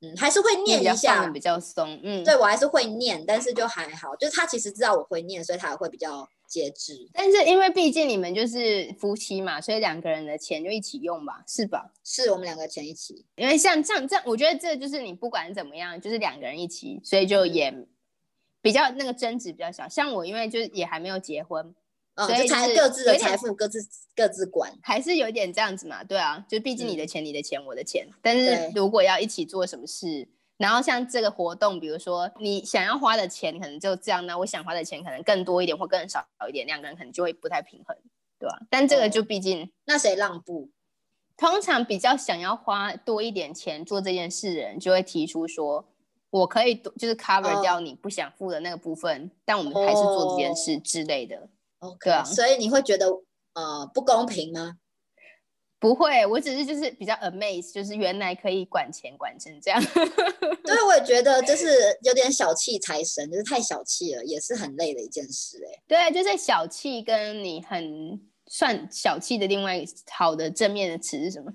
S2: 嗯，还是会
S1: 你
S2: 念
S1: 比较
S2: 一
S1: 放
S2: 下
S1: 的。比较松，嗯，
S2: 对。我还是会念，但是就还好，就是他其实知道我会念，所以他也会比较节制。
S1: 但是因为毕竟你们就是夫妻嘛，所以两个人的钱就一起用吧，是吧？
S2: 是我们两个钱一起，
S1: 因为像这样这样，我觉得这就是你不管怎么样，就是两个人一起，所以就也比较那个争执比较小。像我因为就是也还没有结婚，
S2: 嗯，
S1: 所以
S2: 就财
S1: 是
S2: 各自的
S1: 有点
S2: 财富各自各自管。
S1: 还是有点这样子嘛，对啊，就毕竟你的钱、你的钱我的钱，但
S2: 对
S1: 是如果要一起做什么事，然后像这个活动，比如说你想要花的钱可能就这样，那我想花的钱可能更多一点或更少一点，两个人可能就会不太平衡，对吧、但这个就毕竟、
S2: 那谁让步？
S1: 通常比较想要花多一点钱做这件事的人，就会提出说。我可以多就是 cover
S2: 哦
S1: 掉你不想付的那个部分，但我们还是做这件事
S2: 哦
S1: 之类的。
S2: OK，
S1: 对啊
S2: 所以你会觉得呃不公平吗？
S1: 不会，我只是就是比较 amazed，就是原来可以管钱管成这样。 *laughs*
S2: 对，我也觉得就是有点小气财神，就是太小气了，也是很累的一件事、欸。
S1: 对，就是小气跟你很算小气的另外一个好的正面的词是什么？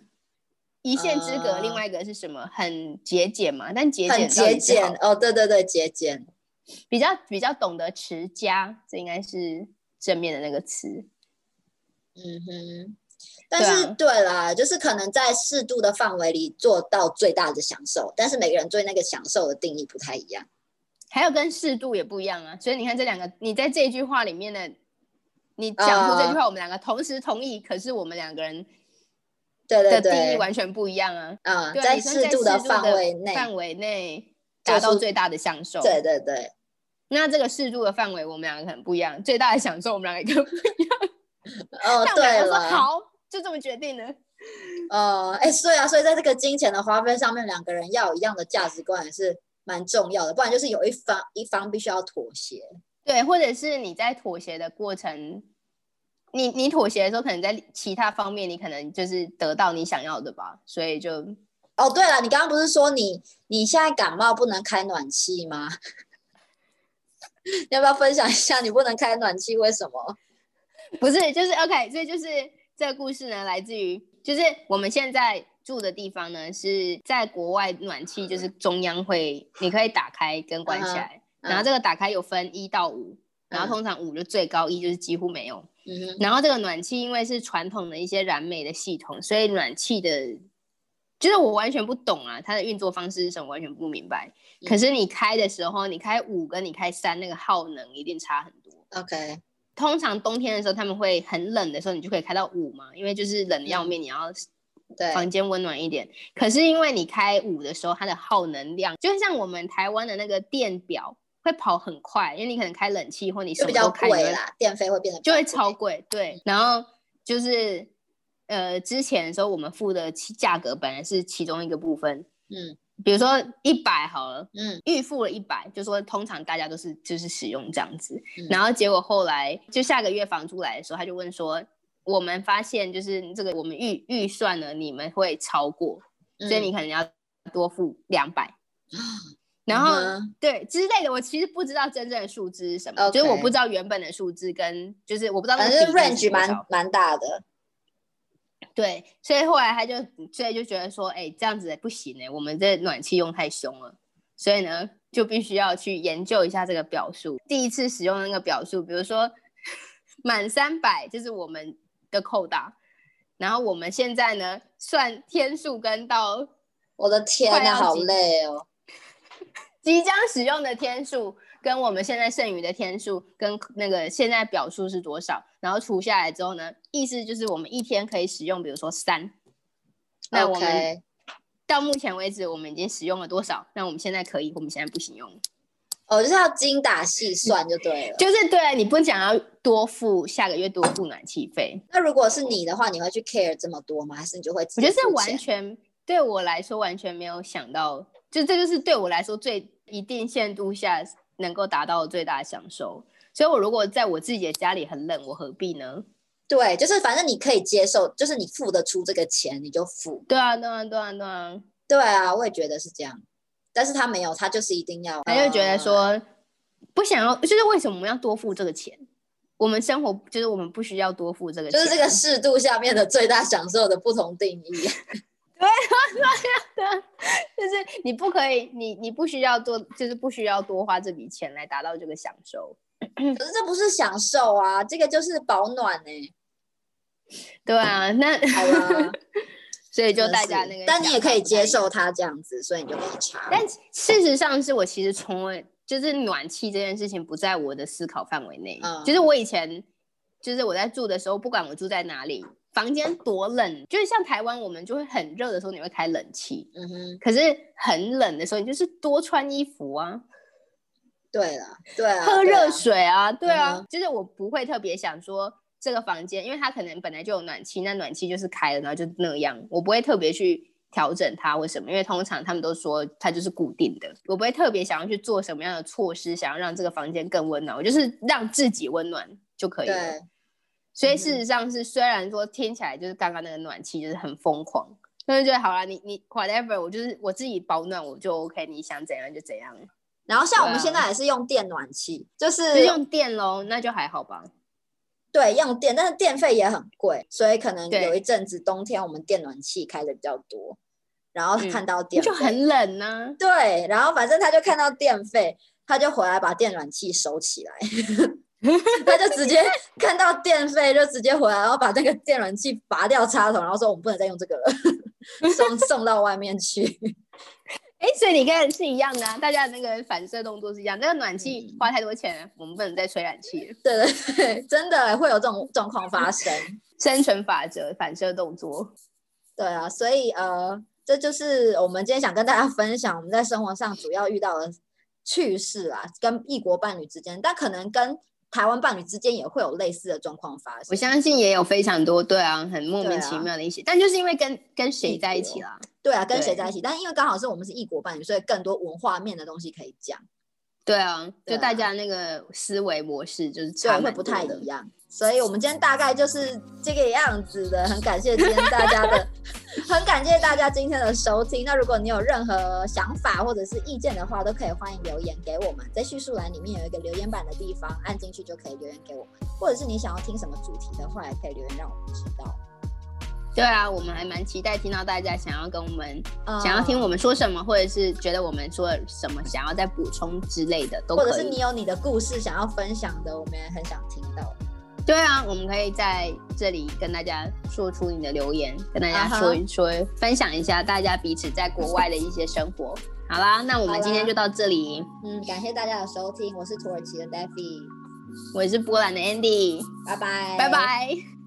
S1: 一线之隔，
S2: 呃
S1: 另外一个是什么？很节俭嘛，但节
S2: 很
S1: 俭到
S2: 节
S1: 底是好
S2: 俭哦，对对对，节俭。
S1: 比较比较懂得持家，这应该是正面的那个词。
S2: 嗯哼，但
S1: 对啊
S2: 是对,、啦，就是可能在适度的范围里做到最大的享受，但是每个人对那个享受的定义不太一样。
S1: 还有跟适度也不一样啊，所以你看这两个，你在这句话里面的，你讲出这
S2: 嗯
S1: 句话，我们两个同时同意，可是我们两个人
S2: 对
S1: 的
S2: 对
S1: 定义
S2: 对，
S1: 完全不一样啊。
S2: 嗯，
S1: 对啊，
S2: 在
S1: 你说
S2: 适度
S1: 在
S2: 的
S1: 适
S2: 范围内，
S1: 范围内
S2: 做
S1: 达到
S2: 出
S1: 最大的享受。
S2: 对，对对，
S1: 那这个适度的范围，我们两个可能不一样，最大的享受我们两 *laughs* 个可能不一样。
S2: 哦
S1: 但我们
S2: 对
S1: 两个说
S2: 了，
S1: 好，就这么决定了。
S2: 呃，哎，对啊，所以在这个金钱的花费上面，两个人要有一样的价值观也是蛮重要的，不然就是有一方一方必须要妥协。
S1: 对，或者是你在妥协的过程，你你妥协的时候，可能在其他方面，你可能就是得到你想要的吧，所以就
S2: 哦，对了，你刚刚不是说你你现在感冒不能开暖气吗？ *laughs* 要不要分享一下你不能开暖气为什么？
S1: 不是，就是 OK，所以就是这个故事呢，来自于就是我们现在住的地方呢，是在国外暖气就是中央会，你可以打开跟关起来，然后这个打开有分一到五，然后通常五就最高，一就是几乎没有。
S2: 嗯哼，
S1: 然后这个暖气因为是传统的一些燃煤的系统，所以暖气的，就是我完全不懂啊，它的运作方式是什么，完全不明白。
S2: 嗯
S1: 可是你开的时候，你开五跟你开三那个耗能一定差很多。
S2: OK，
S1: 通常冬天的时候，他们会很冷的时候，你就可以开到五嘛，因为就是冷的要命，你要
S2: 嗯对，
S1: 房间温暖一点。可是因为你开五的时候，它的耗能量就像我们台湾的那个电表会跑很快，因为你可能开冷气或你什
S2: 就
S1: 么
S2: 比
S1: 都
S2: 较
S1: 开，
S2: 贵啊
S1: 你会
S2: 啦，电费会变得比
S1: 就
S2: 较
S1: 会
S2: 贵
S1: 超贵。对，然后就是呃，之前的时候我们付的其价格本来是其中一个部分，
S2: 嗯
S1: 比如说一百好了，
S2: 嗯
S1: 预付了一百，就说通常大家都是就是使用这样子，
S2: 嗯
S1: 然后结果后来就下个月房租来的时候，他就问说，我们发现就是这个我们预预算呢，你们会超过，
S2: 嗯，啊
S1: 所以你可能要多付两百、然后、
S2: 嗯哼
S1: 对之类的，我其实不知道真正的数字是什么就是我
S2: OK
S1: 不知道原本的数字跟就是我不知道那
S2: 反
S1: 个
S2: 正
S1: 比例是
S2: range
S1: 多
S2: 蛮
S1: 少
S2: 蛮大的，
S1: 对，所以后来他就所以就觉得说，哎、这样子不行哎、我们这暖气用太凶了，所以呢就必须要去研究一下这个表述。第一次使用那个表述，比如说满三百就是我们的扣打，然后我们现在呢算天数跟到
S2: 我的天
S1: 快
S2: 呐，
S1: 要
S2: 好
S1: 极
S2: 累哦。
S1: 即将使用的天数跟我们现在剩余的天数跟那个现在表述是多少，然后除下来之后呢，意思就是我们一天可以使用，比如说三，那我们
S2: OK
S1: 到目前为止，我们已经使用了多少？那我们现在可以，我们现在不行用。
S2: 哦，就是要精打细算就对了。
S1: 就是对你不讲要多付下个月多付暖气费，
S2: 那如果是你的话，你会去 care 这么多吗？还是你就会
S1: 我
S2: 直接
S1: 觉得这
S2: 付
S1: 完
S2: 钱
S1: 全对我来说完全没有想到，就这就是对我来说最一定限度下能够达到的最大享受。所以，我如果在我自己的家里很冷，我何必呢？
S2: 对，就是反正你可以接受，就是你付得出这个钱，你就付。
S1: 对啊，对啊，对啊，对啊，
S2: 对啊，我也觉得是这样。但是他没有，他就是一定要，嗯
S1: 他就觉得说不想要，就是为什么我们要多付这个钱？我们生活就是我们不需要多付这个
S2: 呃，就
S1: 钱啊，
S2: 是
S1: *laughs*
S2: 这个适度下面的最大享受的不同定义。
S1: 就是你不可以，你你不需要多，就是不需要多花这笔钱来达到这个享受。嗯
S2: 可是这不是享受啊，这个就是保暖呢、
S1: 对啊，那 *laughs*
S2: 好啦，
S1: 所以就
S2: 真的
S1: 大家
S2: 是
S1: 那个，
S2: 但你也可以接。受他这样子，所以你就没差。
S1: 但事实上是我其实从未，就是暖气这件事情不在我的思考范围内。
S2: 嗯
S1: 就是我以前，就是我在住的时候，不管我住在哪里，房间多冷，就是像台湾我们就会很热的时候你会开冷气，
S2: 嗯哼，
S1: 可是很冷的时候你就是多穿衣服啊，
S2: 对了，对啊，对啊
S1: 喝热水啊，对啊，
S2: 嗯
S1: 就是我不会特别想说这个房间，因为它可能本来就有暖气，那暖气就是开了，然后就那样，我不会特别去调整它为什么，因为通常他们都说它就是固定的，我不会特别想要去做什么样的措施，想要让这个房间更温暖，我就是让自己温暖就可以了。
S2: 对，嗯
S1: 所以事实上是，虽然说听起来就是刚刚那个暖气就是很疯狂。但是觉得好啦，你你 whatever，我就是我自己保暖，我就 OK，你想怎样就怎样，
S2: 然后像我们
S1: 对啊
S2: 现在也是用电暖气，就是
S1: 就用电喽，那就还好吧。
S2: 对，用电，但是电费也很贵，所以可能
S1: 对
S2: 有一阵子冬天我们电暖气开的比较多，然后
S1: 嗯
S2: 看到
S1: 你
S2: 电
S1: 就
S2: 费
S1: 很冷
S2: 啊
S1: 呢、
S2: 对，然后反正他就看到电费，他就回来把电暖气收起来，他就直接看到电费就直接回来，然后把那个电暖气拔掉插头，然后说我们不能再用这个了，送送到外面去。
S1: 哎、所以你看是一样的、啊，大家的那个反射动作是一样。那个暖气
S2: 嗯
S1: 花太多钱了，我们不能再吹暖气了。
S2: 对 *laughs* 对对，真的欸会有这种状况发生。
S1: 生存法则，反射动作。
S2: 对啊，所以呃，这就是我们今天想跟大家分享我们在生活上主要遇到的趣事啊，跟异国伴侣之间，但可能跟台湾伴侣之间也会有类似的状况发生。
S1: 我相信也有非常多，对啊，很莫
S2: 对
S1: 名
S2: 啊
S1: 其妙的一些，但就是因为跟跟谁
S2: 异
S1: 在一
S2: 国
S1: 起啦，
S2: 对啊，跟谁
S1: 对
S2: 在一起？但因为刚好是我们是异国伴侣，所以更多文化面的东西可以讲，
S1: 对啊，
S2: 对
S1: 就
S2: 啊
S1: 大家那个思维模式就是
S2: 所
S1: 差
S2: 以会
S1: 蛮
S2: 不
S1: 多
S2: 太
S1: 的
S2: 一样。所以我们今天大概就是这个样子的，很感谢今天大家
S1: *laughs*
S2: 的，很感谢大家今天的收听。那如果你有任何想法或者是意见的话，都可以欢迎留言给我们，在叙述栏里面有一个留言板的地方，按进去就可以留言给我们，或者是你想要听什么主题的话，也可以留言让我们知道。
S1: 对啊，我们还蛮期待听到大家想要跟我们、
S2: 呃
S1: 想要听我们说什么，或者是觉得我们说了什么想要再补充之类的，都
S2: 或者
S1: 可
S2: 是
S1: 以
S2: 你。有你的故事想要分享的，我们也很想听到。
S1: 对啊，我们可以在这里跟大家说出你的留言，跟大家说一说分享一下大家彼此在国外的一些生活。好啦，那我
S2: 好啦
S1: 们今天就到这里。
S2: 嗯，感谢大家的收听，我是土耳其的 Daffy，
S1: 我是波兰的 Andy，
S2: 拜拜，
S1: 拜拜。